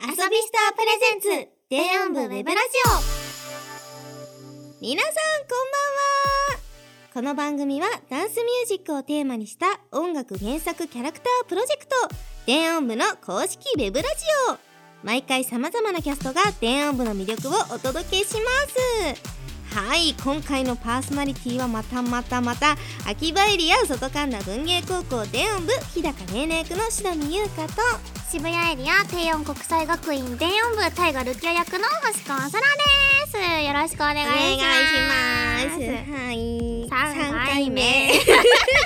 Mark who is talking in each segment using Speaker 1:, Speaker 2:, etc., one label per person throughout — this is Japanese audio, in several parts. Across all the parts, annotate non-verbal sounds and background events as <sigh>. Speaker 1: 遊びスタープレゼンツ電音部ウェブラジオ皆さんこんばんはこの番組はダンスミュージックをテーマにした音楽原作キャラクタープロジェクト電音部の公式ウェブラジオ毎回さまざまなキャストが電音部の魅力をお届けしますはい今回のパーソナリティはまたまたまた秋葉エリア外神田文芸高校電音部日高寧々役の白見優香と
Speaker 2: 渋谷エリア低音国際学院電音部大河ルキア役の星川さらですよろしくお
Speaker 1: お
Speaker 2: 願いします
Speaker 1: はい、
Speaker 2: 三回目。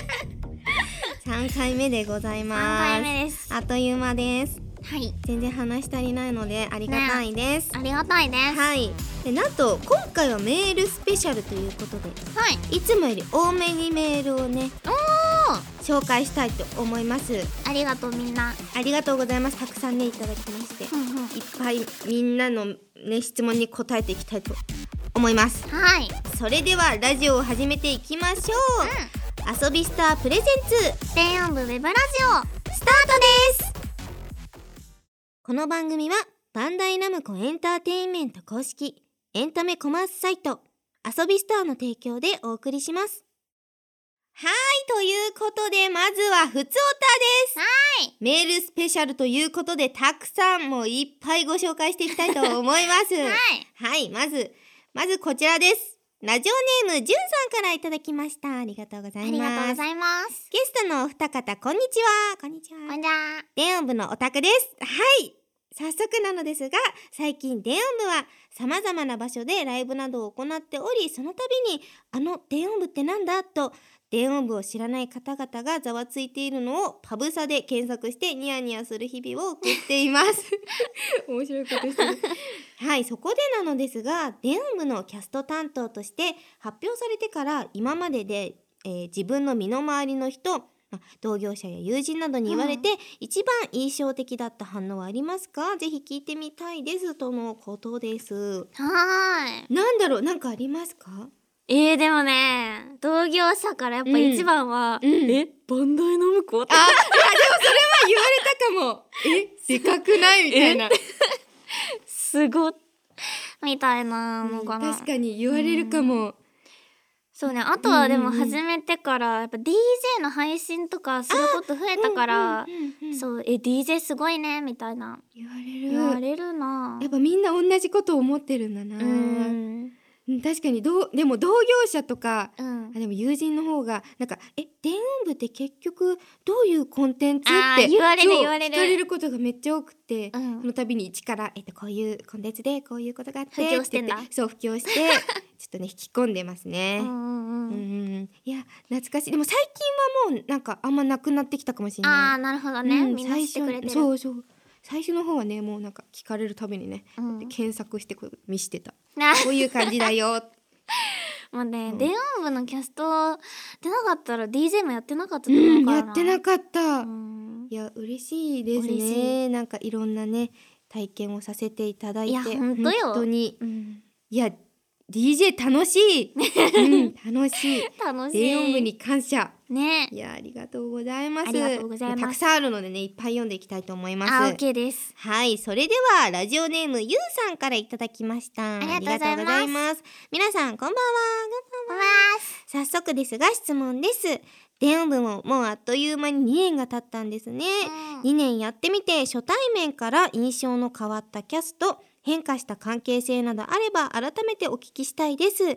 Speaker 1: <laughs> 三回目でござい
Speaker 2: 3
Speaker 1: ま
Speaker 2: 回
Speaker 1: す。
Speaker 2: 目です
Speaker 1: あっという間です。
Speaker 2: はい
Speaker 1: 全然話し足りないのでありがたいです。
Speaker 2: ありがたいですは
Speaker 1: はい。でなんと今回はメールスペシャルということで、
Speaker 2: い
Speaker 1: いつもより多めにメールをね
Speaker 2: お
Speaker 1: 紹介したいと思います。
Speaker 2: ーありがとうみんな
Speaker 1: ありがとうございます。たくさんねいただきまして、いっ
Speaker 2: ふんふん
Speaker 1: ぱいみんなのね質問に答えていきたいと思います。
Speaker 2: はい
Speaker 1: それではラジオを始めていきましょう。
Speaker 2: う
Speaker 1: 遊びスタープレゼンツ
Speaker 2: ん電音部ウェブラジ
Speaker 1: スタートですこの番組はバンダイナムコエンターテインメント公式エンタメコマースサイト遊びスターの提供でお送りしますはいということでまずはふつおたです
Speaker 2: はい
Speaker 1: メールスペシャルということでたくさんもういっぱいご紹介していきたいと思います
Speaker 2: オ <laughs> はい
Speaker 1: はい、まず、まずこちらです。ラジオネーム、じゅんさんからいただきました。ありがとうござ
Speaker 2: あ
Speaker 1: い
Speaker 2: りがとう
Speaker 1: ま
Speaker 2: ご
Speaker 1: す。
Speaker 2: ざいます
Speaker 1: ゲストのお二方、こんにちは。こんにち
Speaker 2: こん
Speaker 1: は。
Speaker 2: にちは
Speaker 1: 電音部のオタクです。はい。早速なのですが、最近電音部は様々な場所でライブなどを行っており、その度に、あの電音部ってなんだと、電音部を知らない方々がざわついているのをパブサで検索してニヤニヤする日々を送っています。 <laughs> 面白いことしてる。はい、そこでなのですが、電音部のキャスト担当として発表されてから今までで、えー自分の身の回りの人、まあ同業者や友人などに言われて、一番印象的だった反応はありますかぜひ聞いてみたいですとのことです。
Speaker 2: はーい
Speaker 1: なんだろう、なんかありますか
Speaker 2: えー、でもね同業者からやっぱ一番は、
Speaker 1: うんうん
Speaker 2: えバンダイナムコって
Speaker 1: あ、いやでもそれは言われたかも。え、でかくないみたいな。
Speaker 2: すごっみたいなのかな、
Speaker 1: 確かに言われるかも。
Speaker 2: そうねあとはでも
Speaker 1: うんうんうん
Speaker 2: 始めてからやっぱ DJ の配信とかすること増えたから、
Speaker 1: うんうんうんうん
Speaker 2: そうえ DJ すごいねみたいな
Speaker 1: 言わ
Speaker 2: 言わ
Speaker 1: れる。
Speaker 2: れるな
Speaker 1: やっぱみんな同じことを思ってるんだな。
Speaker 2: うん
Speaker 1: うん確かにどうでも同業者とか
Speaker 2: うん
Speaker 1: あでも友人の方がなんか「え電音部って結局どういうコンテンツ?」っ
Speaker 2: あ
Speaker 1: て
Speaker 2: ー言われる
Speaker 1: そう
Speaker 2: 言われる
Speaker 1: 聞かれることがめっちゃ多くて、
Speaker 2: うん
Speaker 1: その度に一から、えっと、こういうコンテンツでこういうことがあって
Speaker 2: 布教してんだ
Speaker 1: って言ってそう布教
Speaker 2: <laughs>
Speaker 1: してちょっとね引き込んでます
Speaker 2: う
Speaker 1: ね。
Speaker 2: んうん
Speaker 1: う
Speaker 2: うん
Speaker 1: んいや懐かしいでも最近はもうなんかあんまなくなってきたかもしれ
Speaker 2: あ
Speaker 1: な
Speaker 2: あなるほど
Speaker 1: い。
Speaker 2: ね、
Speaker 1: うん
Speaker 2: みんな知ってくれ
Speaker 1: 最初
Speaker 2: てる
Speaker 1: そうそう最初の方はねもうなんか聞かれるたびにね、 <laughs>
Speaker 2: うん
Speaker 1: 検索してこう見して
Speaker 2: <laughs>
Speaker 1: た
Speaker 2: な
Speaker 1: こういう感じだよって
Speaker 2: もうね、
Speaker 1: うん
Speaker 2: 電音部のキャスト出なかったら DJ もやってなかったと
Speaker 1: う
Speaker 2: 思
Speaker 1: ん、
Speaker 2: うから
Speaker 1: やってなかった、
Speaker 2: うん
Speaker 1: いや嬉しいです
Speaker 2: 嬉
Speaker 1: ねなんかいろんなね体験をさせていただいて
Speaker 2: いやほんとよ
Speaker 1: 本当に
Speaker 2: うん
Speaker 1: いや DJ 楽しい、うん、楽しい
Speaker 2: 楽
Speaker 1: <laughs>
Speaker 2: しい
Speaker 1: 電音部に感謝
Speaker 2: ね
Speaker 1: いやありがとうございます
Speaker 2: ありがとうございます
Speaker 1: たくさんあるのでねいっぱい読んでいきたいと思います
Speaker 2: あ OK です
Speaker 1: はい、それではラジオネームゆうさんからいただきました。
Speaker 2: ありがとうございます
Speaker 1: ありがとうございます皆さんこんばんは。こんばんは。早速ですが質問です。電音部ももうあっという間に2年が経ったんですね。
Speaker 2: うん
Speaker 1: 2年やってみて初対面から印象の変わったキャスト、変化した関係性などあれば改めてお聞きしたいです。
Speaker 2: はい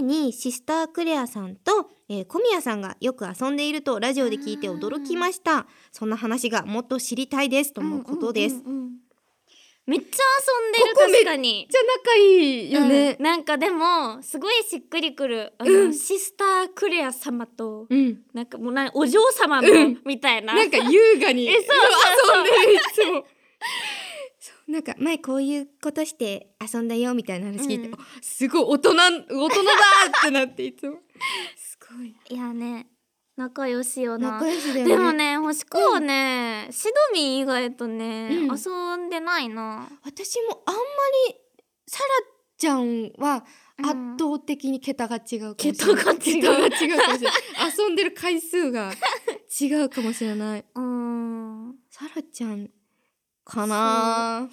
Speaker 1: 前にシスタークレアさんと、えー小宮さんがよく遊んでいるとラジオで聞いて驚きましたそんな話がもっと知りたいですとのことです、
Speaker 2: うんうんうんうんめっちゃ遊んでる
Speaker 1: ここめ
Speaker 2: 確かに。
Speaker 1: じゃ仲いいよね
Speaker 2: うん、なんかでもすごいしっくりくるあの、シスタークレア様と
Speaker 1: うん、
Speaker 2: なんかもうなお嬢様の、
Speaker 1: うん
Speaker 2: みたいな
Speaker 1: なんか優雅 <laughs> に
Speaker 2: えそうそうそう
Speaker 1: 遊んでるいつもそうなんか前こういうことして遊んだよみたいな話聞いて、
Speaker 2: うん
Speaker 1: あすごい大人大人だってなっていつも <laughs> すごい
Speaker 2: いやね仲良しよな
Speaker 1: 仲良しだよね
Speaker 2: でもね星川ね、シドミン以外とね、
Speaker 1: うん
Speaker 2: 遊んでないな
Speaker 1: 私もあんまりサラちゃんは
Speaker 2: うん
Speaker 1: 圧倒的に桁が違うかもしれない、
Speaker 2: 桁が違う
Speaker 1: 桁が違うかもしれない遊んでる
Speaker 2: <laughs>
Speaker 1: 回数が違うかもしれない
Speaker 2: うん
Speaker 1: サラちゃんかな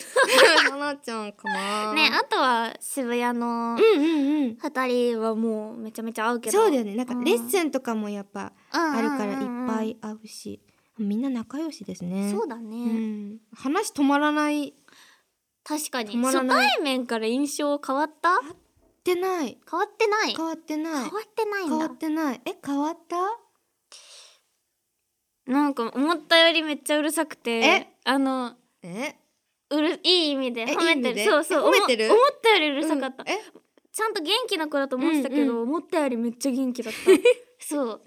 Speaker 1: かなちゃんかな
Speaker 2: ねあとは渋谷の
Speaker 1: うんうんうん
Speaker 2: 二人はもうめちゃめちゃ合うけど
Speaker 1: そうだよねなんか
Speaker 2: うん
Speaker 1: レッスンとかもやっぱあ
Speaker 2: あ
Speaker 1: るからいっぱい会うしみんな仲良しですね
Speaker 2: そうだね、
Speaker 1: うん話止まらない
Speaker 2: 確かに
Speaker 1: 止まら
Speaker 2: 初
Speaker 1: ない
Speaker 2: 対面から印象変わった
Speaker 1: ってない
Speaker 2: 変わってない
Speaker 1: 変わってない
Speaker 2: 変わってない
Speaker 1: 変
Speaker 2: ん
Speaker 1: わ
Speaker 2: だ
Speaker 1: ってないえ変わった
Speaker 2: なんか思ったよりめっちゃうるさくて
Speaker 1: え
Speaker 2: あの
Speaker 1: え
Speaker 2: うるいい意味で
Speaker 1: え
Speaker 2: 褒
Speaker 1: いい
Speaker 2: めて
Speaker 1: 意味で
Speaker 2: るそうそう
Speaker 1: え褒めてる
Speaker 2: 思思ったよりうるさかった、
Speaker 1: うんえ
Speaker 2: ちゃんと元気な子だと思ってたけど、
Speaker 1: うん
Speaker 2: 思ったよりめっちゃ元
Speaker 1: <laughs>
Speaker 2: 気だったそう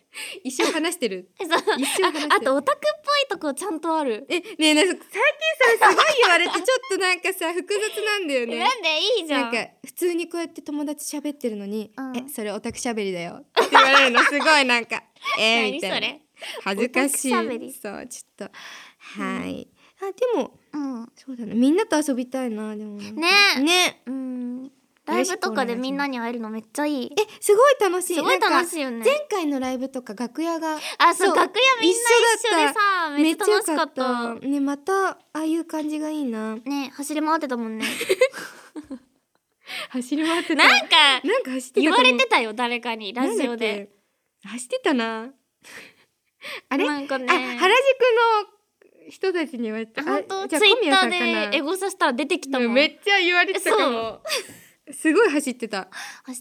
Speaker 1: 一生話してる
Speaker 2: えそう
Speaker 1: 一生話してる
Speaker 2: ああとオタクっぽいとこちゃんとある
Speaker 1: えねえなんか最近さすごい言
Speaker 2: <laughs>
Speaker 1: われてちょっとなんかさ複雑なんだよね
Speaker 2: なんでいいじゃん
Speaker 1: なんか普通にこうやって友達喋ってるのに「
Speaker 2: うん
Speaker 1: えそれオタク喋りだよ」って言われるのすごいなん
Speaker 2: <laughs>
Speaker 1: か「えー」
Speaker 2: 何
Speaker 1: み
Speaker 2: そ
Speaker 1: たいな
Speaker 2: れ
Speaker 1: 恥ずかしい
Speaker 2: オタク喋り
Speaker 1: そうちょっとはい、あでも
Speaker 2: うん
Speaker 1: そうだねみんなと遊びたいなでもなんか
Speaker 2: ねえ
Speaker 1: ね
Speaker 2: うんライブとかでみんなに会えるのめっちゃいい
Speaker 1: えすごい楽しい
Speaker 2: すごい
Speaker 1: なんか
Speaker 2: 楽しいよね
Speaker 1: 前回のライブとか楽屋が
Speaker 2: あそう
Speaker 1: そう
Speaker 2: 楽屋みんな一緒でさめっちゃ楽しかった
Speaker 1: めっちゃ良かったねまたああいう感じがいいな
Speaker 2: ね走り回ってたもんね
Speaker 1: 走り回ってた
Speaker 2: <laughs> なんか
Speaker 1: なんか走ってた
Speaker 2: 言
Speaker 1: かも
Speaker 2: われてたよ誰かにラジオ
Speaker 1: なんだっ
Speaker 2: で
Speaker 1: け走ってた
Speaker 2: <laughs>
Speaker 1: なあれ、
Speaker 2: なんかね
Speaker 1: あ原宿の人たちに言われた
Speaker 2: あ
Speaker 1: あ
Speaker 2: 本当
Speaker 1: じゃあ
Speaker 2: ツイ
Speaker 1: 小
Speaker 2: ッ
Speaker 1: 宮
Speaker 2: タ
Speaker 1: さんか
Speaker 2: ー
Speaker 1: な
Speaker 2: でエゴさしたら出てきたも
Speaker 1: うん
Speaker 2: ん
Speaker 1: め
Speaker 2: 走
Speaker 1: っちゃ言われてたかもすごい走ってた
Speaker 2: っ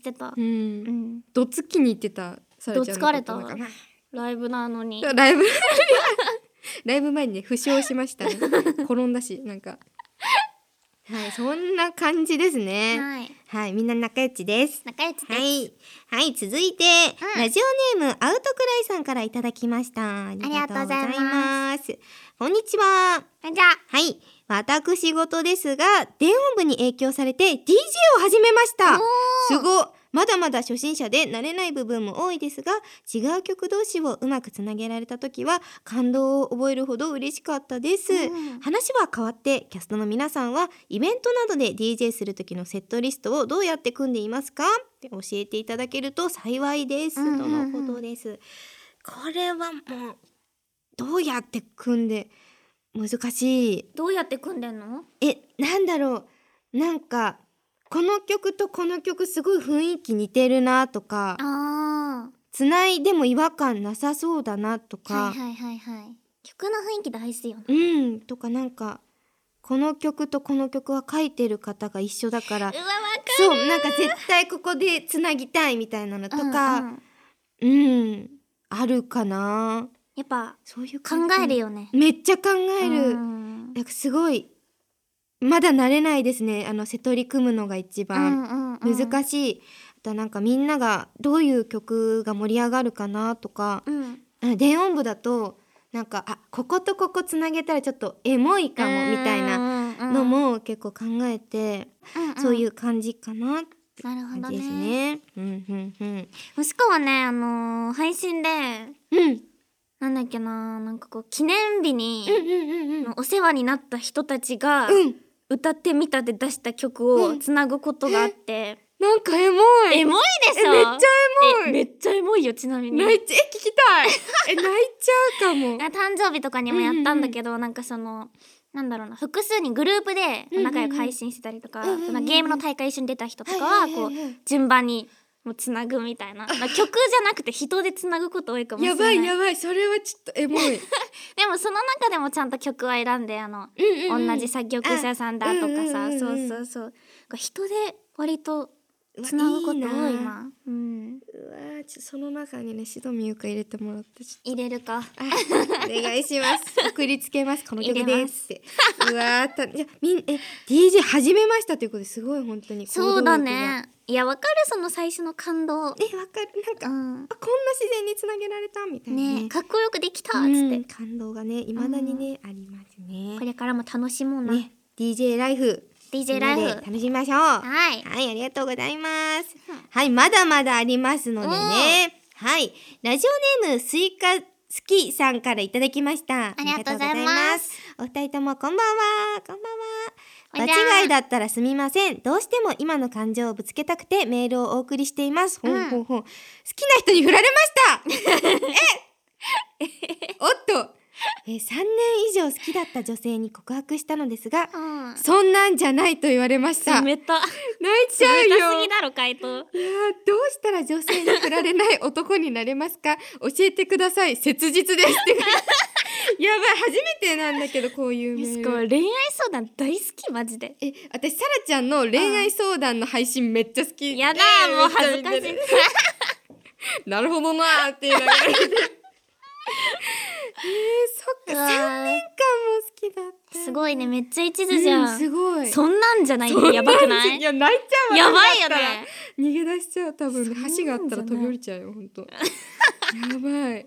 Speaker 2: てた
Speaker 1: う
Speaker 2: うんん
Speaker 1: どつきに行ってたさらちゃんのこと
Speaker 2: どつかれライブなのに
Speaker 1: だからライブ <laughs> ライブ前にね負傷しましたね転んだしなんかはいそんな感じですね
Speaker 2: はい
Speaker 1: はいみんな仲良しです
Speaker 2: 仲良しで
Speaker 1: はい。はい、続いて、
Speaker 2: うん
Speaker 1: ラジオネーム、アウトくらいさんからいただきました。あり
Speaker 2: がとうございま
Speaker 1: が
Speaker 2: す
Speaker 1: とうごす。こんにちは。
Speaker 2: じゃあ
Speaker 1: はい。私事ですが、電音部に影響されて DJ を始めました。すごまだまだ初心者で慣れない部分も多いですが、違う曲同士をうまくつなげられた時は、感動を覚えるほど嬉しかったです。
Speaker 2: うん
Speaker 1: 話は変わってキャストの皆さんはイベントなどで DJ する時のセットリストをどうやって組んでいますかって教えていただけると幸いです、
Speaker 2: うんうんうん
Speaker 1: とのことですこれはもうどうやって組んで難しい
Speaker 2: どうやって組んでんの
Speaker 1: えなんだろうなんかこの曲とこの曲すごい雰囲気似てるなとか
Speaker 2: あ
Speaker 1: つないでも違和感なさそうだなと
Speaker 2: あ
Speaker 1: か、
Speaker 2: はいはいはいはい曲の雰囲気大事よね
Speaker 1: うんとかなんかこの曲とこの曲は書いてる方が一緒だから
Speaker 2: うわわかる
Speaker 1: そうなんか絶対ここでつなぎたいみたいなのとか、う
Speaker 2: うんんうん
Speaker 1: あるかな
Speaker 2: やっぱ
Speaker 1: そういう
Speaker 2: 考
Speaker 1: 感じ
Speaker 2: えるよね
Speaker 1: めっちゃ考える、
Speaker 2: うん
Speaker 1: なんかすごいまだ慣れないですねあの瀬取り組むのが一番難しい、あとはなんかみんながどういう曲が盛り上がるかなとか、
Speaker 2: うんうんうん
Speaker 1: あ電音部だとなんかあこことここつなげたらちょっとエモいかもみたいな
Speaker 2: な
Speaker 1: の、も結構考えて、
Speaker 2: うんん
Speaker 1: そういう感じかなって
Speaker 2: なるほ
Speaker 1: 感
Speaker 2: ど
Speaker 1: じです
Speaker 2: ね
Speaker 1: ね。うんうんうん。
Speaker 2: 息子はねあのー配信で
Speaker 1: うん
Speaker 2: なんだっけななんかこう記念日に、
Speaker 1: うんうんうん
Speaker 2: あのお世話になった人たちが
Speaker 1: うん。
Speaker 2: 歌ってみたで出した曲
Speaker 1: う
Speaker 2: を
Speaker 1: ん
Speaker 2: つなぐことがあって、
Speaker 1: なんかエモい。
Speaker 2: エモいでし
Speaker 1: え
Speaker 2: ょ
Speaker 1: めっちゃエモ
Speaker 2: えめ
Speaker 1: い。
Speaker 2: っちゃエモいよちなみに
Speaker 1: 泣いちゃえ聞きた <laughs> い。え泣いちゃうかも。
Speaker 2: あ誕生日とかにもやったんだけど、なんかそのなんだろうな複数にグループで
Speaker 1: うんうんうん
Speaker 2: 仲良く配信してたりとか、
Speaker 1: うんうんうんうん
Speaker 2: まあゲームの大会一緒に出た人とか
Speaker 1: は
Speaker 2: は
Speaker 1: は
Speaker 2: い
Speaker 1: い
Speaker 2: こ
Speaker 1: は
Speaker 2: う
Speaker 1: いはい
Speaker 2: 順番にもうつなぐみたい
Speaker 1: <laughs>
Speaker 2: なまあ曲じゃなくて人でつなぐこと多いかもしれ
Speaker 1: や
Speaker 2: な
Speaker 1: ば
Speaker 2: い
Speaker 1: いやばいそれはちょっとエモい。
Speaker 2: でもその中でもちゃんと曲は選んであの、同じ作曲者さんだと
Speaker 1: あ
Speaker 2: かさ、
Speaker 1: うんうんうんうん
Speaker 2: そうそうそうなんか人で割とつなぐこと多いな
Speaker 1: うわいいな
Speaker 2: うん、
Speaker 1: うわーちょその中にねシドミユカ入れてもらってちょっと。
Speaker 2: 入れるか
Speaker 1: <laughs> あお願いし <laughs> ます。送りつけます。この曲
Speaker 2: 入れ
Speaker 1: で
Speaker 2: ます
Speaker 1: って。うわーた、じゃあ、みん、え、DJ 始めましたということですごい本当に。
Speaker 2: そうだ。ねいやわかるその最初の感動、
Speaker 1: え、わかる、なん
Speaker 2: う
Speaker 1: か、あ
Speaker 2: ん、
Speaker 1: こんな自然につなげられたみたいな
Speaker 2: ねかっこよくできたっつっ
Speaker 1: う
Speaker 2: て、
Speaker 1: ん、感動がねいまだにね、ありますね
Speaker 2: これからも楽しもうな、
Speaker 1: ね DJ ライフ
Speaker 2: DJ ライ
Speaker 1: みん
Speaker 2: フ
Speaker 1: なで楽しみましょうは
Speaker 2: はい
Speaker 1: いありがとうございます、
Speaker 2: うん
Speaker 1: はいまだまだありますのでねはいラジオネームスイカスキさんからいただきましたあ
Speaker 2: りがとうございます
Speaker 1: りがとうございすお二人ともこんばんはこんばんは
Speaker 2: こん
Speaker 1: 場
Speaker 2: にちは
Speaker 1: 違いだったらすみませんどうしても今の感情をぶつけたくてメールをお送りしています、ほんほん
Speaker 2: <laughs>
Speaker 1: ほん好きな人に振られましたえおっとえー3年以上好きだった女性に告白したのですが
Speaker 2: うん
Speaker 1: そんなんじゃないと言われました泣い
Speaker 2: 冷た
Speaker 1: ちゃう
Speaker 2: 冷たす
Speaker 1: よ
Speaker 2: ぎだろ回答
Speaker 1: いやーどうしたら女性に振られない男になれますか教えてください切実ですって
Speaker 2: <laughs>
Speaker 1: やばい初めてなんだけどこういうメ
Speaker 2: よし
Speaker 1: ー
Speaker 2: こ
Speaker 1: ル
Speaker 2: 恋愛相談大好きマジで
Speaker 1: え私サラちゃんの恋愛相談の配信めっちゃ好き
Speaker 2: やだ
Speaker 1: え
Speaker 2: もう
Speaker 1: めっちゃ
Speaker 2: 恥ずかし
Speaker 1: 見て
Speaker 2: い
Speaker 1: るなるほどなーって言いながら見てるえー、そっか
Speaker 2: うわー
Speaker 1: 3年間も好きだった
Speaker 2: すごいねめっちゃ一途じゃ、
Speaker 1: うんんすごい
Speaker 2: そんなんじゃないってやばくない
Speaker 1: いや泣いちゃうわ
Speaker 2: やばいよ
Speaker 1: そんなんだったら
Speaker 2: ね
Speaker 1: 逃げ出しちゃう多分
Speaker 2: そうなんじ
Speaker 1: 橋
Speaker 2: ゃ
Speaker 1: が
Speaker 2: な
Speaker 1: あ
Speaker 2: い
Speaker 1: ったら飛び降りちゃうよ本 <laughs> 当やばい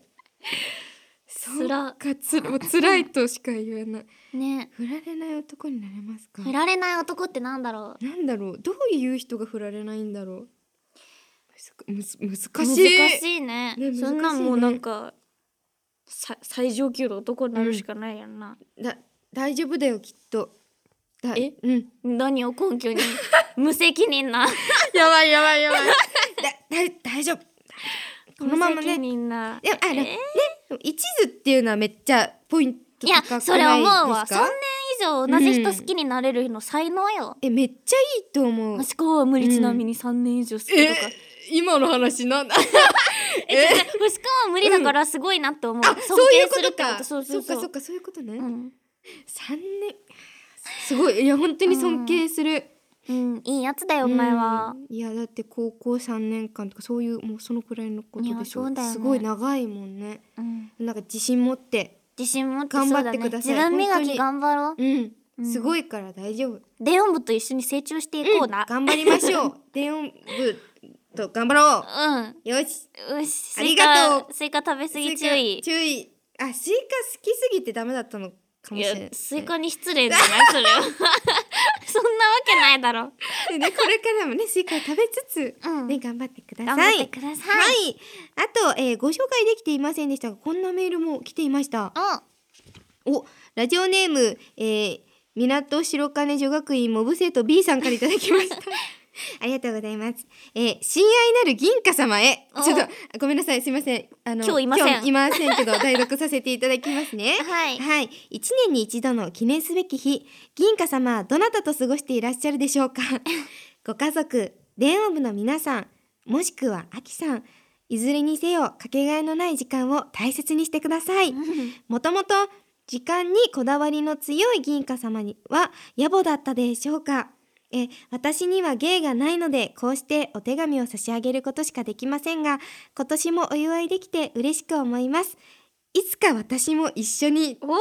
Speaker 2: つら
Speaker 1: そっかつもう辛いとしか言えない
Speaker 2: ね
Speaker 1: 振られない男になれますか
Speaker 2: 振られない男ってなんだろう
Speaker 1: なんだろうどういう人が振られないんだろうむずむず難
Speaker 2: 難
Speaker 1: し
Speaker 2: し
Speaker 1: い
Speaker 2: いね
Speaker 1: ね
Speaker 2: そん
Speaker 1: 難
Speaker 2: な
Speaker 1: し
Speaker 2: ん
Speaker 1: いね
Speaker 2: もうなんかさ最上級の男になるしかないやんな、
Speaker 1: だ大丈夫だよきっとだ
Speaker 2: え
Speaker 1: うん
Speaker 2: 何を根拠に無責任な
Speaker 1: やばいやばいやばい <laughs> だだ大丈夫 <laughs> このまま
Speaker 2: 無
Speaker 1: ね
Speaker 2: 責任な
Speaker 1: でもあれ、
Speaker 2: えー
Speaker 1: ね一途っていうのはめっちゃポイント
Speaker 2: いや
Speaker 1: 高くないですか
Speaker 2: それ思うわ3年以上同じ人好きになれるの才能よ、
Speaker 1: えめっちゃいいと思う
Speaker 2: マシコは無理ちなみに3年以上好きとか、
Speaker 1: 今の話なんだ
Speaker 2: <laughs> え違う違うマシコは無理だからすごいなって思う、
Speaker 1: あ
Speaker 2: 尊
Speaker 1: そういう
Speaker 2: 敬
Speaker 1: こ
Speaker 2: するっ
Speaker 1: と
Speaker 2: てこと
Speaker 1: か
Speaker 2: そうそうそ
Speaker 1: っ
Speaker 2: う
Speaker 1: かそっかそういうことね、
Speaker 2: うん
Speaker 1: 三年すごいいや本当に尊敬する、
Speaker 2: うん、いいやつだよお前は、
Speaker 1: うんいやだって高校三年間とかそういうもうそのくらいのことでしょ
Speaker 2: いやそうだよね
Speaker 1: すごい長いもんね
Speaker 2: うん
Speaker 1: なんか自信持って
Speaker 2: 自信持って
Speaker 1: 頑張って
Speaker 2: そうだね
Speaker 1: ください
Speaker 2: 自分磨
Speaker 1: 本当
Speaker 2: き
Speaker 1: に
Speaker 2: 頑張ろう
Speaker 1: うん、
Speaker 2: うん
Speaker 1: すごいから大丈夫
Speaker 2: 電音部と一緒に成長していこうな
Speaker 1: 頑張りましょう <laughs> 電音部と頑張ろ
Speaker 2: うん
Speaker 1: うよし
Speaker 2: うっし
Speaker 1: ありがと
Speaker 2: スイカスイカ食べ過ぎ
Speaker 1: ス
Speaker 2: 注意
Speaker 1: イカ注意あスイカ好きすぎてダメだったのかも
Speaker 2: い
Speaker 1: しれない
Speaker 2: やスイカに失礼じゃないそれ <laughs> はそんなわけないだろ
Speaker 1: でねこれからもねスイカを食べつつ、
Speaker 2: うん
Speaker 1: ね頑張ってください
Speaker 2: 頑張ってください
Speaker 1: はいあと、えーご紹介できていませんでしたがこんなメールも来ていました
Speaker 2: あ
Speaker 1: おラジオネーム、えー、港白金女学院モブ生徒 B さんからいただき
Speaker 2: <laughs>
Speaker 1: ましたありがとうございます、えー、親愛なる銀貨様へ
Speaker 2: お
Speaker 1: ちょっとごめんなさいすいませんあの
Speaker 2: 今日いません
Speaker 1: いませんけど代読させていただきます
Speaker 2: <laughs>
Speaker 1: ね
Speaker 2: はい
Speaker 1: はい、1年に一度の記念すべき日銀貨様はどなたと過ごしていらっしゃるで
Speaker 2: <laughs>
Speaker 1: しょうかご家族電音部の皆さんもしくはアキさんいずれにせよかけがえのない時間を大切にしてくださいもともと時間にこだわりの強い銀貨様には野暮だったでしょうかえ私には芸がないのでこうしてお手紙を差し上げることしかできませんが今年もお祝いできて嬉しく思いますいつか私も一緒に
Speaker 2: お
Speaker 1: お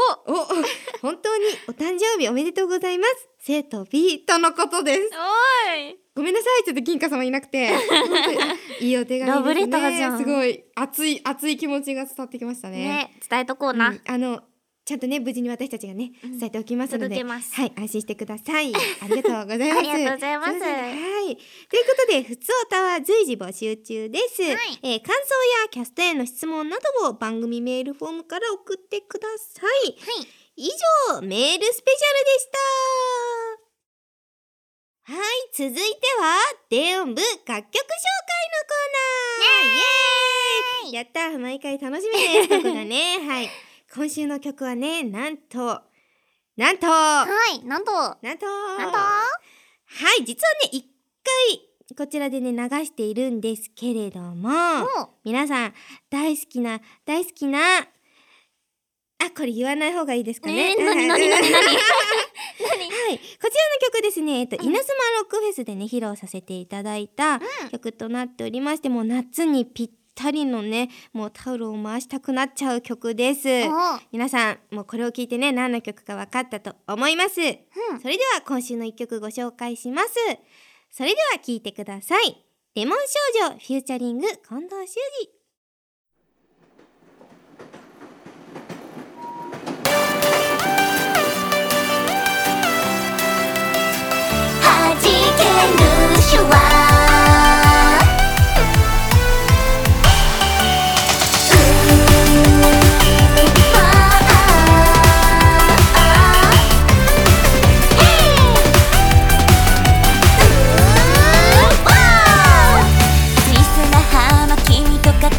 Speaker 1: <laughs> 本当にお誕生日おめでとうございます生徒 B とのことです
Speaker 2: おい
Speaker 1: ごめんなさいちょっと銀貨様いなく
Speaker 2: <laughs>
Speaker 1: て本当にあいいお手紙ですね
Speaker 2: ラブレターじゃん
Speaker 1: すごい熱い熱い気持ちが伝わってきましたね
Speaker 2: ね伝えとこう
Speaker 1: うん
Speaker 2: な、
Speaker 1: あのちゃんとね無事に私たちがね
Speaker 2: うん
Speaker 1: 伝えておきますので、
Speaker 2: 届けます
Speaker 1: はい安心してくださ
Speaker 2: <laughs>
Speaker 1: いありがとうございます
Speaker 2: ありがとうございます
Speaker 1: せんはいということでふつおたは随時募集中です、
Speaker 2: はい
Speaker 1: えー感想やキャストへの質問などを番組メールフォームから送ってください
Speaker 2: はい
Speaker 1: 以上メールスペシャルでしたはい続いては電音部楽曲紹介のコーナーイエーイやったー毎回楽しみですここだね
Speaker 2: <laughs>
Speaker 1: はい今週の曲はねなんとなんとな
Speaker 2: はいなんとなん
Speaker 1: と
Speaker 2: と
Speaker 1: はい実はね一回こちらでね流しているんですけれども
Speaker 2: も
Speaker 1: 皆さん大好きな大好きなあこれ言わない方がいいですかね、
Speaker 2: えー何何何何
Speaker 1: はいこ
Speaker 2: 何
Speaker 1: ちらの曲ですねえっと、
Speaker 2: ん
Speaker 1: 稲妻ロックフェスでね披露させていただいた
Speaker 2: うん
Speaker 1: 曲となっておりましてもう夏にぴったりのねもうタオルを回したくなっちゃう曲です
Speaker 2: お
Speaker 1: 皆さんもうこれを聞いてね何の曲か分かったと思います
Speaker 2: うん
Speaker 1: それでは今週の一曲ご紹介しますそれでは聴いてくださいレモン少女フューチャリング近藤修二
Speaker 2: 「はじけるシュワー」「バーヘイ」「ウーバー」「スイスな葉巻とか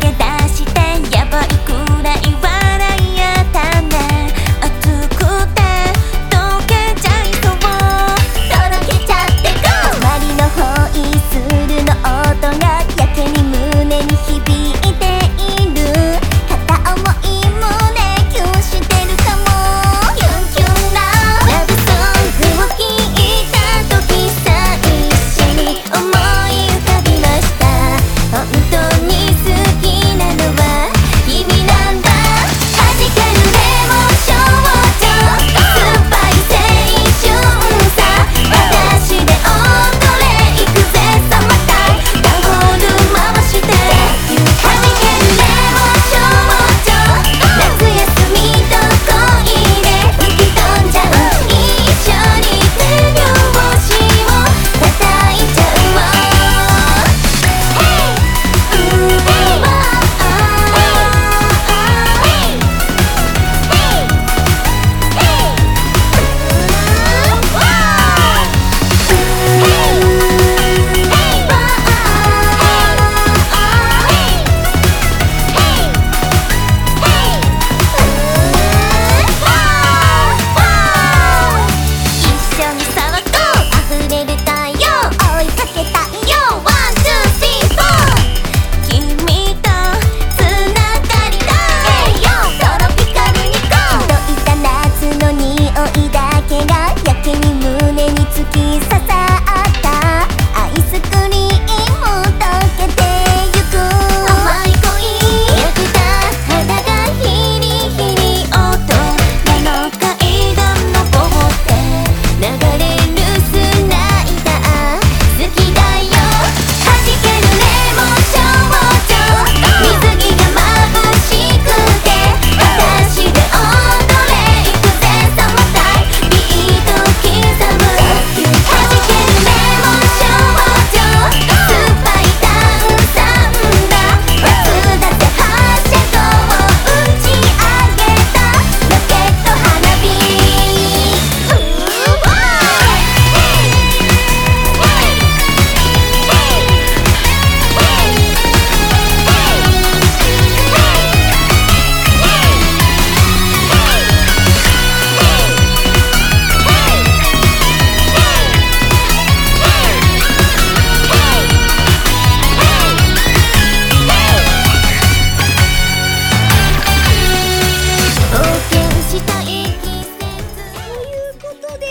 Speaker 1: 聴きいただいております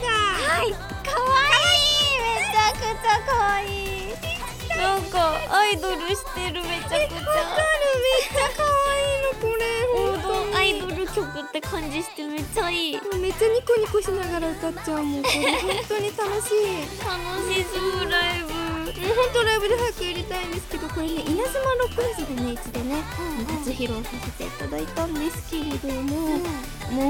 Speaker 1: が
Speaker 2: はい可愛いめちゃくちゃ可愛いなんかアイドルして
Speaker 1: わ
Speaker 2: るめちゃくち
Speaker 1: かる
Speaker 2: ゃ
Speaker 1: めっちゃ可愛いのこれ本当に
Speaker 2: アイドル曲って感じしてめっちゃいい楽
Speaker 1: もうめっちゃニコニコしながら歌っちゃうもうこれ本当に楽しい
Speaker 2: しそうライブ
Speaker 1: もう本当ライブで早くやりたいんですけどこれね稲妻ロックンズでねいつでね初披露させていただいたんですけれども、も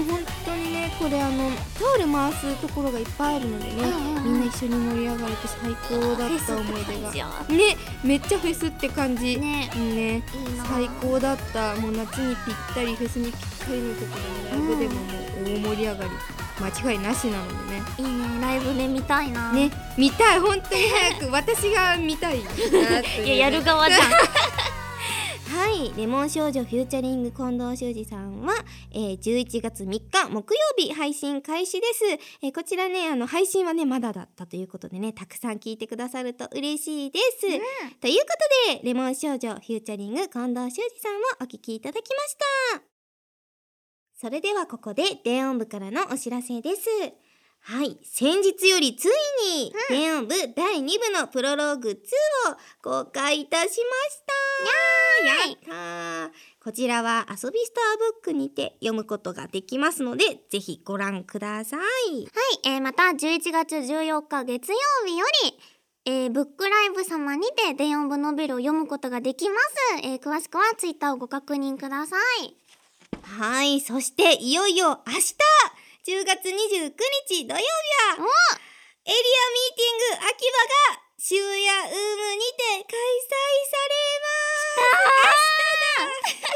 Speaker 1: う本当にねこれあのタオル回すところがいっぱいあるのでね、
Speaker 2: うんうんうん
Speaker 1: みんな一緒に盛り上がれて最高だった思い出がねめっちゃフェスって感じ
Speaker 2: ね
Speaker 1: うんね
Speaker 2: いいな
Speaker 1: 最高だったもう夏にぴったりフェスにぴったりの曲でねライブでももう大盛り上がり間違いなしなのでね
Speaker 2: いいねライブで見たいな
Speaker 1: ね見たい本当に早く <laughs> 私が見たいなっていう
Speaker 2: いややる側じゃん
Speaker 1: はい、レモン少女フューチャリング近藤修二さんは、えー、11月3日木曜日配信開始です。えーこちらね、あの配信はねまだだったということでね、たくさん聞いてくださると嬉しいです。ということで、レモン少女フューチャリング近藤修二さんをお聞きいただきました。それではここで電音部からのお知らせです。はい、先日よりついに、電音部第2部のプロローグ2を公開いたしました
Speaker 2: やーい
Speaker 1: やったーこちらは遊びスターブックにて読むことができますので、ぜひご覧ください。
Speaker 2: はい、えーまた11月14日月曜日より、えーブックライブ様にて電音部ノベルを読むことができます、えー詳しくはツイッターをご確認ください
Speaker 1: はい、そしていよいよ明日10月29日土曜日はエリアミ
Speaker 2: お
Speaker 1: ーティング秋葉が渋谷ウームにて開催されますや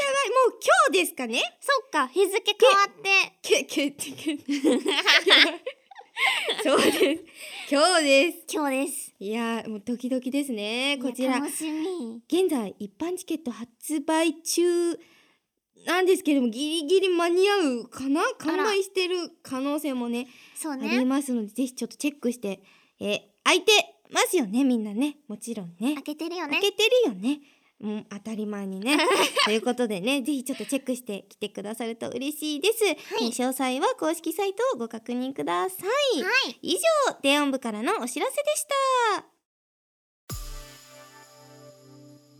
Speaker 1: ばい、もう今日ですかね
Speaker 2: そっか日付変わ <laughs> って
Speaker 1: け、け、け、け <laughs> そうです。今日です。
Speaker 2: 今日です
Speaker 1: いやーもうドキドキですね。こち
Speaker 2: いや
Speaker 1: ら
Speaker 2: 楽しみ
Speaker 1: 現在一般チケット発売中なんですけれどもギリギリ間に合うかな完売してる可能性もね
Speaker 2: そう
Speaker 1: あり
Speaker 2: ね
Speaker 1: ますのでぜひちょっとチェックして、えー、空いてますよねみんなねもちろんね
Speaker 2: 開けてるよね
Speaker 1: 開けてるよねうん当たり前に
Speaker 2: <laughs>
Speaker 1: ねということでねぜひちょっとチェックしてきてくださると嬉しいです、
Speaker 2: い
Speaker 1: えー詳細は公式サイトをご確認ください
Speaker 2: はい
Speaker 1: 以上電音部からのお知らせでしたは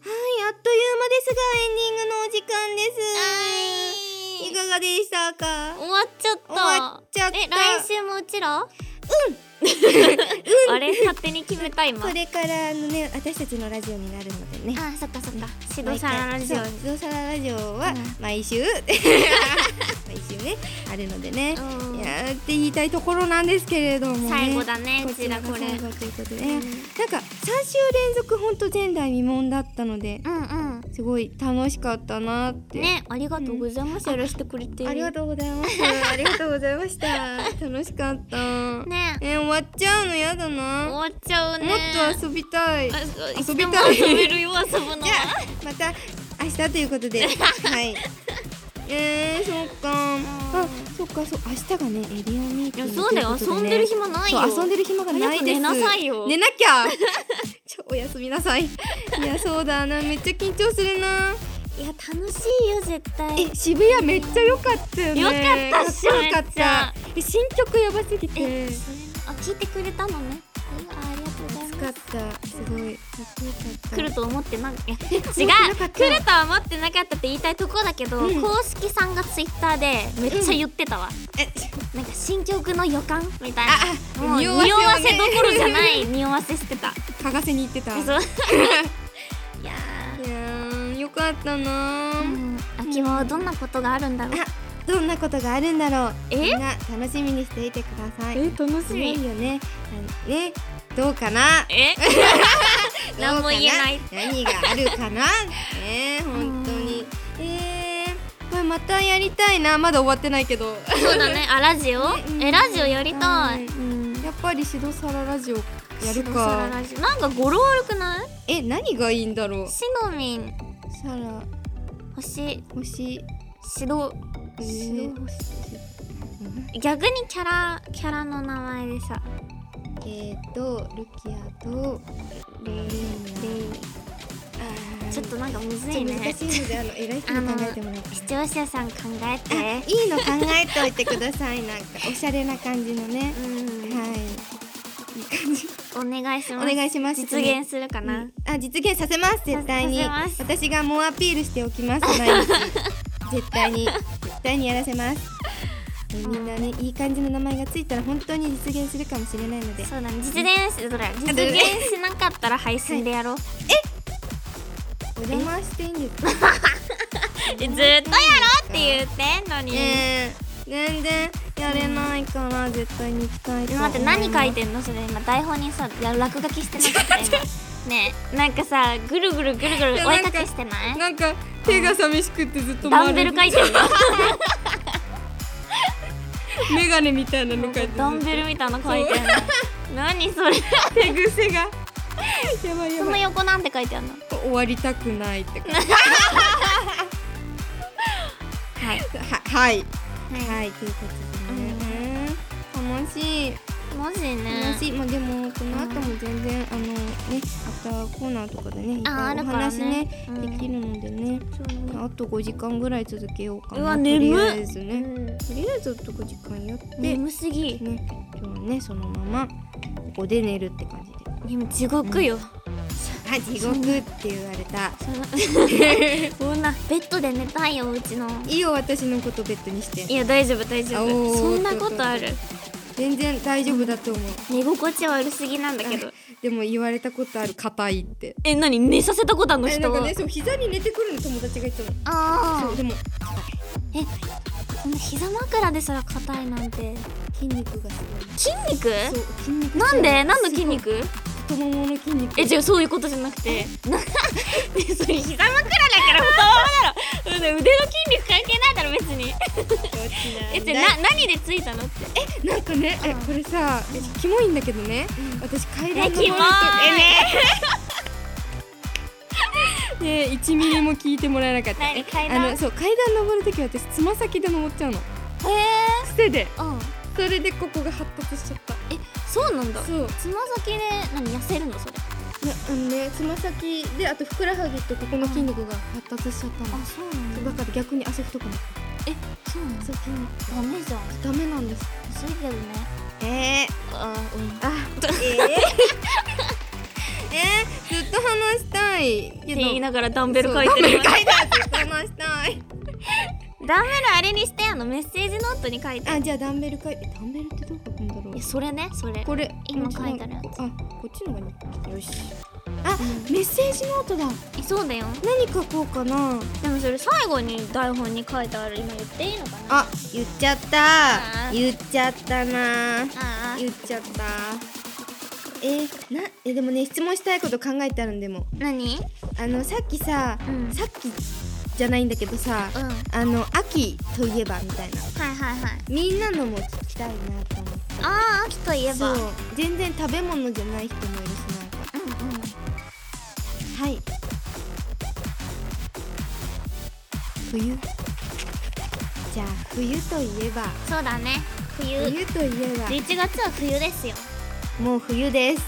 Speaker 1: いあっという間ですがエンディングのお時間ですいかがでしたか
Speaker 2: 終わっちゃった
Speaker 1: 終わっちゃった
Speaker 2: え来週もうち <laughs> らうんあれ勝手に決めた今
Speaker 1: これからあのね私たちのラジオになるのでね
Speaker 2: あそっかそっかシドサララジオ
Speaker 1: そう
Speaker 2: に
Speaker 1: 指導サララジオは
Speaker 2: うん
Speaker 1: 毎週 <laughs> 毎週ねあるのでね
Speaker 2: うん
Speaker 1: やーって言いたいところなんですけれどもね
Speaker 2: 最後だねうちら
Speaker 1: が
Speaker 2: これ
Speaker 1: 最後ということで、
Speaker 2: うん
Speaker 1: なんか三週連続本当前代未聞だったので
Speaker 2: うんうん
Speaker 1: すごい楽しかったなって、
Speaker 2: ね、ありがとうございます。やらせてくれて。
Speaker 1: ありがとうございます
Speaker 2: <laughs>
Speaker 1: ありがとうございました楽しかった
Speaker 2: ね、
Speaker 1: えー終わっちゃうのやだな
Speaker 2: 終
Speaker 1: も
Speaker 2: わっちゃうね。
Speaker 1: っと遊びたいじゃ
Speaker 2: あ
Speaker 1: 遊びたい
Speaker 2: いつでも遊べるよ、遊ぶのは。
Speaker 1: あまた明日ということ
Speaker 2: <laughs>
Speaker 1: ではいえー、そっかあそっかそう明日がねエリアミー
Speaker 2: い
Speaker 1: ティ
Speaker 2: や、
Speaker 1: ング
Speaker 2: そうだよ、
Speaker 1: というこ
Speaker 2: 遊
Speaker 1: と
Speaker 2: ん
Speaker 1: ね
Speaker 2: でる暇ないよ。
Speaker 1: そう遊んでる暇がないです
Speaker 2: 早く寝なさいよ
Speaker 1: 寝なきゃ <laughs> ちょおやすみなさいいやそうだなめっちゃ緊張するない
Speaker 2: や、楽しいよ、絶対。
Speaker 1: え渋谷めっちゃ良かったよね
Speaker 2: 良かったっしょ
Speaker 1: かっこよかっ
Speaker 2: めっちゃ
Speaker 1: たえ新曲やばすぎて
Speaker 2: え、それあ、聞いてくれたのね。いやありがとうござい
Speaker 1: 暑
Speaker 2: ま
Speaker 1: か
Speaker 2: す。
Speaker 1: ったすごいかっこよかった
Speaker 2: 来ると思ってな、いや、 <laughs> 違う、
Speaker 1: てなかった
Speaker 2: 来るとは思ってなかったって言いたいとこだけど、
Speaker 1: うん
Speaker 2: 公式さんがツイッターで、めっちゃ言ってたわ。
Speaker 1: え
Speaker 2: なんか新曲の予感みたいな。
Speaker 1: あ
Speaker 2: もう匂わ
Speaker 1: をね
Speaker 2: せどころじゃない、匂わせしてた。
Speaker 1: 嗅がせに行ってたい
Speaker 2: そ
Speaker 1: や
Speaker 2: <laughs> う。いや
Speaker 1: ーよかったな
Speaker 2: ー、うん、秋葉はどんなことがあるんだろう。
Speaker 1: あどんなことがあるんだろう
Speaker 2: え
Speaker 1: みんな楽しみにしていてください
Speaker 2: 楽
Speaker 1: すごいよねあのねどうかな
Speaker 2: え、何も言えない
Speaker 1: どうか何があるか
Speaker 2: <laughs>
Speaker 1: なねえ本当にえー、これまたやりたいなまだ終わってないけど <laughs>
Speaker 2: そうだね、あ、ラジオ
Speaker 1: ねう、ん
Speaker 2: え、ラジオやりたい。
Speaker 1: う
Speaker 2: うん
Speaker 1: やっぱりシドサララジオやる
Speaker 2: シドサラ
Speaker 1: か
Speaker 2: ラジオなんか語呂悪くない。
Speaker 1: え何がいいんだろう
Speaker 2: シノミン、
Speaker 1: サラ
Speaker 2: 星、
Speaker 1: 星
Speaker 2: シド。
Speaker 1: え
Speaker 2: シド
Speaker 1: ーうん
Speaker 2: 逆にキャラ、キャラの名前でさ。
Speaker 1: えーとルキアとレイ
Speaker 2: レイちょっとなんかむず
Speaker 1: ちょ
Speaker 2: い
Speaker 1: っと
Speaker 2: ね
Speaker 1: 難しいのであの偉い人に考えてもらって
Speaker 2: 視聴者さん考えて
Speaker 1: あいいの考えておいてくださいなんかおしゃれな感じのね
Speaker 2: うん、
Speaker 1: はいいい感じ
Speaker 2: お願いし
Speaker 1: お
Speaker 2: ます
Speaker 1: 願いします
Speaker 2: 実現するかな、
Speaker 1: うんあ実現させます絶対に
Speaker 2: させ
Speaker 1: 私が猛アピールしておきます毎
Speaker 2: <laughs>
Speaker 1: 日絶対に絶対にやらせますみんなねいい感じの名前がついたら本当に実現するかもしれないので
Speaker 2: そうだね実現しどれ実
Speaker 1: どれ
Speaker 2: 現しなかったら配信でやろう、
Speaker 1: お邪魔していいんですか
Speaker 2: ずっとやろうって言ってんのに、
Speaker 1: ねえ全然やれないから絶対に行きたいと思いま
Speaker 2: 待
Speaker 1: す
Speaker 2: って何書いてんのそれ今台本にさいや落書きしてなかっ
Speaker 1: <laughs>
Speaker 2: た今ねえなんかさぐるぐるぐるぐる
Speaker 1: いや
Speaker 2: 追
Speaker 1: ないんか
Speaker 2: かけしてない
Speaker 1: なんか手が寂しくってずっと
Speaker 2: ダンベル書いてるの
Speaker 1: メガネみたいなの書いて
Speaker 2: ダンベルみたいなの書いてるの何それ
Speaker 1: 手癖がやばいや
Speaker 2: そ
Speaker 1: ば
Speaker 2: の
Speaker 1: い
Speaker 2: 横なんて書いてあるの
Speaker 1: 終わりたくない
Speaker 2: <laughs>
Speaker 1: ってこと
Speaker 2: はい
Speaker 1: ははい
Speaker 2: は
Speaker 1: はいということでね、楽しい
Speaker 2: いマジね
Speaker 1: 楽しい、まあでもこの後も全然、あのねアフターコーナーとかでねいっ
Speaker 2: あ
Speaker 1: ぱ
Speaker 2: あ
Speaker 1: い
Speaker 2: る
Speaker 1: お
Speaker 2: から
Speaker 1: 話ね
Speaker 2: ねうん
Speaker 1: できるのでね、
Speaker 2: そう
Speaker 1: あと5時間ぐらい続けようかな
Speaker 2: うわ
Speaker 1: と
Speaker 2: 眠
Speaker 1: り
Speaker 2: っ
Speaker 1: あえずね、
Speaker 2: うん
Speaker 1: とりあえずあと5時間やって、ね
Speaker 2: 眠すぎ
Speaker 1: 今日はねそのままここで寝るって感じで
Speaker 2: 今地獄よ
Speaker 1: あ地獄って言われた
Speaker 2: そんなそんなベッドで寝たいようちの
Speaker 1: いいよ私のことベッドにして
Speaker 2: いや大丈夫大丈
Speaker 1: あお
Speaker 2: 夫
Speaker 1: ー
Speaker 2: そんなことある
Speaker 1: 全然大丈夫だと思う、
Speaker 2: 寝心地悪すぎなんだけど
Speaker 1: でも言われたことある硬いって
Speaker 2: え何寝させたことあんの
Speaker 1: え
Speaker 2: 人
Speaker 1: なんかねそう膝に寝てくるの友達がいつも
Speaker 2: あ
Speaker 1: そう
Speaker 2: あ
Speaker 1: でも
Speaker 2: えこの膝枕ですら硬いなんて
Speaker 1: 筋肉がす
Speaker 2: 筋
Speaker 1: ご
Speaker 2: 肉
Speaker 1: いそう筋肉
Speaker 2: なんで何の
Speaker 1: すごい
Speaker 2: 筋肉
Speaker 1: 太ももの筋肉
Speaker 2: え違う <laughs> そういうことじゃなくてなねそれ膝枕だから太ももだろ <laughs> うん腕の筋肉関係ないだろ別 <laughs> にえじゃあな何でついたのって
Speaker 1: ななんかねえこれさえキモいんだけどね私階段登る
Speaker 2: えキ
Speaker 1: と
Speaker 2: モい
Speaker 1: えねね一ミリも聞いてもらえなかった
Speaker 2: 何
Speaker 1: え
Speaker 2: 階
Speaker 1: あ
Speaker 2: 段
Speaker 1: のそう階段登るとき私つま先で登っちゃうの
Speaker 2: ええ
Speaker 1: 癖で
Speaker 2: うん
Speaker 1: それでここが発達しちゃった
Speaker 2: えそうなんだ
Speaker 1: そう
Speaker 2: つま先で何痩せるのそれ
Speaker 1: なあのねつま先であとふくらはぎとここの筋肉が発達しちゃったの、
Speaker 2: そうな
Speaker 1: だから逆に足太くなっ
Speaker 2: えそうなん
Speaker 1: たそ
Speaker 2: だ
Speaker 1: う筋肉
Speaker 2: ダメじゃん
Speaker 1: ダメなんです
Speaker 2: 遅いけどね
Speaker 1: えー、
Speaker 2: あうん
Speaker 1: あえー、 <laughs> えー、ずっと話したいけ
Speaker 2: って
Speaker 1: ど
Speaker 2: 言いながらダ
Speaker 1: ダ
Speaker 2: ンベル書いてる
Speaker 1: ダンベル書いてるずっと話したい
Speaker 2: ダンベルあれにしてあのメッセージノートに書いて
Speaker 1: あじゃあダンベル書いてダンベルってどう書くんだろう
Speaker 2: いやそれねそれ
Speaker 1: これ
Speaker 2: 今書いてあるやつ
Speaker 1: こっちのあこっちのがねよしあ、メッセージノートだ
Speaker 2: えそうだよ
Speaker 1: 何書こうかな
Speaker 2: でもそれ最後に台本に書いてある今言っていいのかな
Speaker 1: あ言っちゃっ
Speaker 2: あ
Speaker 1: た
Speaker 2: ー
Speaker 1: 言っちゃったな
Speaker 2: あ
Speaker 1: 言っちゃったえー、なえでもね質問したいこと考えてあるんでも
Speaker 2: 何
Speaker 1: あのさっきさ、
Speaker 2: うん
Speaker 1: さっきじゃないんだけどさ、
Speaker 2: うんはい
Speaker 1: あの秋といえばみたいな
Speaker 2: はいはい
Speaker 1: みんなのも聞きたいなと思って
Speaker 2: あー秋といえば
Speaker 1: そううん
Speaker 2: うん
Speaker 1: 全然食べ物じゃない人もいるしなんかはい冬じゃあ冬といえば
Speaker 2: そうだね冬
Speaker 1: 冬といえば
Speaker 2: 11月は冬ですよ
Speaker 1: もう冬です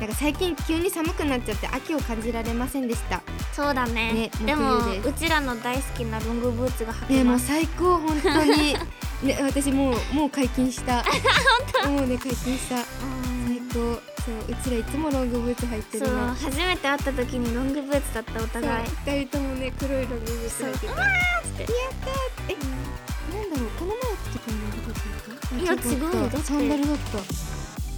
Speaker 1: なんか最近急に寒くなっちゃって秋を感じられませんでした
Speaker 2: そうだね
Speaker 1: ねもう
Speaker 2: でも
Speaker 1: 冬です
Speaker 2: うちらの大好きなロングブーツが履
Speaker 1: ねも
Speaker 2: けま
Speaker 1: う
Speaker 2: す、
Speaker 1: 最高本当に <laughs> ね私もうもう解禁した
Speaker 2: <laughs>
Speaker 1: もうね解禁した
Speaker 2: うん
Speaker 1: 最高そううちらいつもロングブーツ履いてる
Speaker 2: そう
Speaker 1: の
Speaker 2: 初めて会った時にロングブーツだったお
Speaker 1: そう
Speaker 2: 互い
Speaker 1: 二人ともね黒いロングブーツ
Speaker 2: そう
Speaker 1: 履いて
Speaker 2: う
Speaker 1: た
Speaker 2: わ
Speaker 1: なんだ
Speaker 2: ーって
Speaker 1: ろうこの前来てくのロングブーツ
Speaker 2: い
Speaker 1: 履
Speaker 2: や
Speaker 1: いた
Speaker 2: 違うよだって
Speaker 1: サンダルだった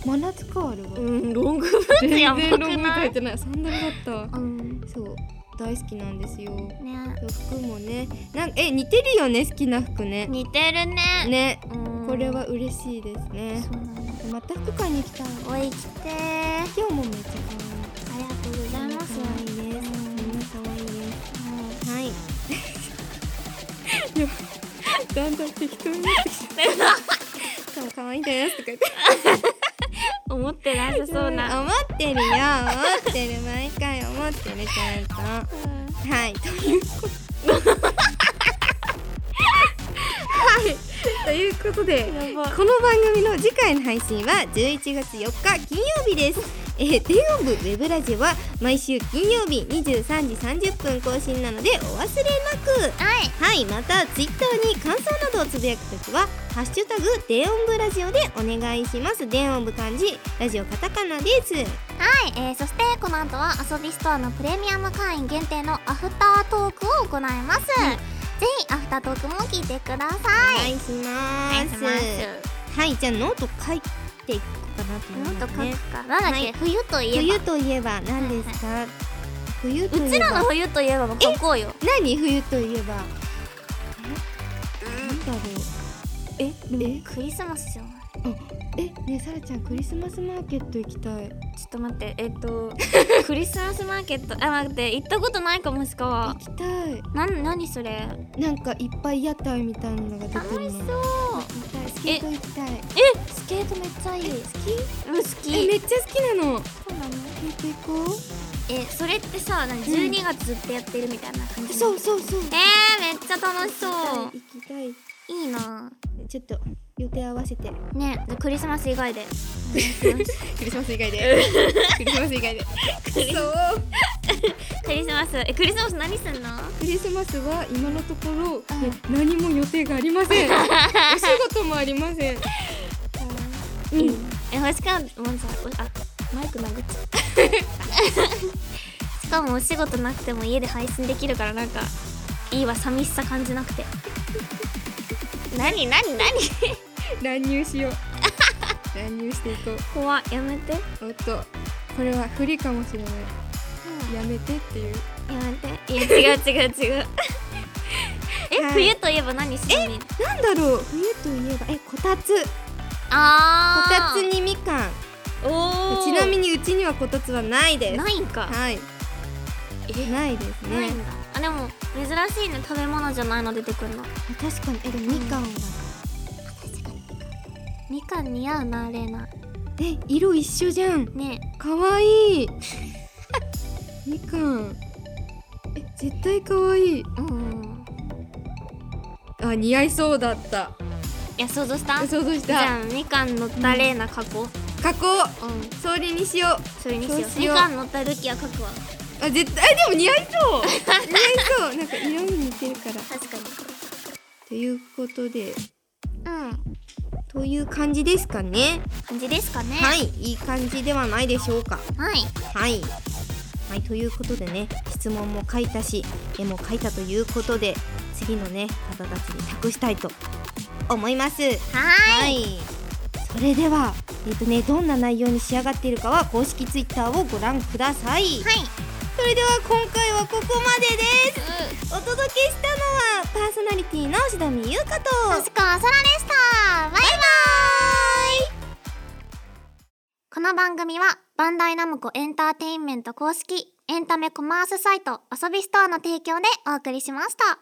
Speaker 1: 真夏かあれは
Speaker 2: うんロングブーツやば
Speaker 1: 全然
Speaker 2: く
Speaker 1: ロングブーツ
Speaker 2: な
Speaker 1: 履い
Speaker 2: い
Speaker 1: てないサンダルだったわ
Speaker 2: うんね
Speaker 1: そう大好きなんですよ服もねなんえ似てるよね好きな服ね
Speaker 2: 似てるね
Speaker 1: ね
Speaker 2: うん
Speaker 1: これは嬉しいですね
Speaker 2: そうなんだ
Speaker 1: また服買いに来た
Speaker 2: おい来てー
Speaker 1: 今日もめっちゃ
Speaker 2: ありがとうご
Speaker 1: 可
Speaker 2: ざ
Speaker 1: 愛
Speaker 2: い
Speaker 1: い
Speaker 2: ます。
Speaker 1: 可愛いですみんな可愛いですはいだんだん適当になってきた今日も可愛いですとか言って
Speaker 2: 思ってなさそうな。
Speaker 1: 思ってるよ思ってる毎回思ってるちゃんとはい、ということ。 <laughs> はい、ということで、
Speaker 2: や
Speaker 1: この
Speaker 2: ば
Speaker 1: 番組の次回の配信は11月4日金曜日です。えー、電音部ウェブラジオは毎週金曜日23時30分更新なのでお忘れなく
Speaker 2: はい
Speaker 1: はいまたツイッターに感想などをつぶやくときは「ハッシュタグ電音部ラジオ」でお願いします電音部漢字ラジオカタカナです
Speaker 2: はい、えーそしてこの後は遊びストアのプレミアム会員限定のアフタートークを行います、ぜひアフタートークも聞いてくださ
Speaker 1: お
Speaker 2: い
Speaker 1: 願いしますはいじゃあノート書いていこうかなと思
Speaker 2: も
Speaker 1: いま
Speaker 2: っと書
Speaker 1: すね
Speaker 2: くかなんだっけ、
Speaker 1: はい
Speaker 2: 冬といえば
Speaker 1: 冬といえば何ですか、冬といえば
Speaker 2: うちらの冬といえばも書こうよ
Speaker 1: 何冬といえば何だろうえでも
Speaker 2: クリスマスじゃない
Speaker 1: えねえさらちゃんクリスマスマーケット行きたい
Speaker 2: ちょっと待ってえっ <laughs> とクリスマスマーケットあ待って行ったことないかもしか
Speaker 1: 行
Speaker 2: は
Speaker 1: きたい
Speaker 2: なん何それ
Speaker 1: なんかいっぱい屋台みたいなのが出て
Speaker 2: 楽
Speaker 1: る
Speaker 2: しそ
Speaker 1: の
Speaker 2: う
Speaker 1: 行きたいスケート行きたい
Speaker 2: えスケートめっちゃいいうん好
Speaker 1: え
Speaker 2: き
Speaker 1: めっちゃ好きなの
Speaker 2: そうなの
Speaker 1: スケート行こ
Speaker 2: えそれってさ何12月ずっとやってるみたいな感
Speaker 1: う
Speaker 2: じ、
Speaker 1: そうそうそう
Speaker 2: えー、めっちゃ楽しそう
Speaker 1: 行きたい行き
Speaker 2: いいな
Speaker 1: たいちょっと予定合わせて
Speaker 2: ねクリスマス以外で
Speaker 1: クリスマス以外 <laughs> でクリスマス以 <laughs> 外でそう
Speaker 2: クリスマスえクリスマス何すんの
Speaker 1: クリスマスは今のところ、
Speaker 2: ん
Speaker 1: ね何も予定がありま <laughs> せんお仕事もありませんうん、
Speaker 2: え星川もうさあマイク
Speaker 1: <laughs>
Speaker 2: 殴っちゃうしかもお仕事なくても家で配信できるからなんかいいわ寂しさ感じなくて何何何
Speaker 1: 乱入しよう乱入していこう
Speaker 2: 怖いやめてや
Speaker 1: おっとこれは不利かもしれないやめてっていう
Speaker 2: めていや違う違う違うえ、
Speaker 1: はい
Speaker 2: 冬といえば何するの
Speaker 1: なんだろう冬といえばえこたつこ
Speaker 2: あ
Speaker 1: た
Speaker 2: ー
Speaker 1: つにみかん
Speaker 2: おー
Speaker 1: ちなみにうちにはこたつはないです
Speaker 2: ないんか
Speaker 1: はいないです
Speaker 2: な
Speaker 1: ね
Speaker 2: いんだあでも珍しいね食べ物じゃないの出てくるの
Speaker 1: 確かにえでもみかんは、
Speaker 2: みかん似合うなレイナ
Speaker 1: え色一緒じゃん
Speaker 2: ね
Speaker 1: かわいいみかんえ絶対かわいい
Speaker 2: えうん
Speaker 1: あ似合いそうだった
Speaker 2: いや想像した
Speaker 1: 想像し
Speaker 2: じゃ
Speaker 1: た
Speaker 2: あみかん乗ったレイナ書こう
Speaker 1: 加工
Speaker 2: うん
Speaker 1: 総理にしよう
Speaker 2: それにしよう
Speaker 1: そうし
Speaker 2: み
Speaker 1: よう
Speaker 2: かん乗ったルキア書くわ
Speaker 1: あ絶対でも似合いそう似合いそう
Speaker 2: <laughs>
Speaker 1: なんか色に似てるから
Speaker 2: 確かに
Speaker 1: ということで
Speaker 2: うん
Speaker 1: という感じですかね
Speaker 2: 感じですかね、
Speaker 1: はいいいい感じではないでしょうか
Speaker 2: はい、
Speaker 1: はいはいということでね質問も書いたし絵も書いたということで次のね方たちに託したいと思います
Speaker 2: はーい
Speaker 1: それではえっ、とねどんな内容に仕上がっているかは公式ツイッターをご覧ください
Speaker 2: はい
Speaker 1: それでは今回はここまでですお届けしたのはパーソナリティのしどみゆうかと
Speaker 2: 星川さらでしたバイバイこの番組はバンダイナムコエンターテインメント公式エンタメコマースサイト遊びストアの提供でお送りしました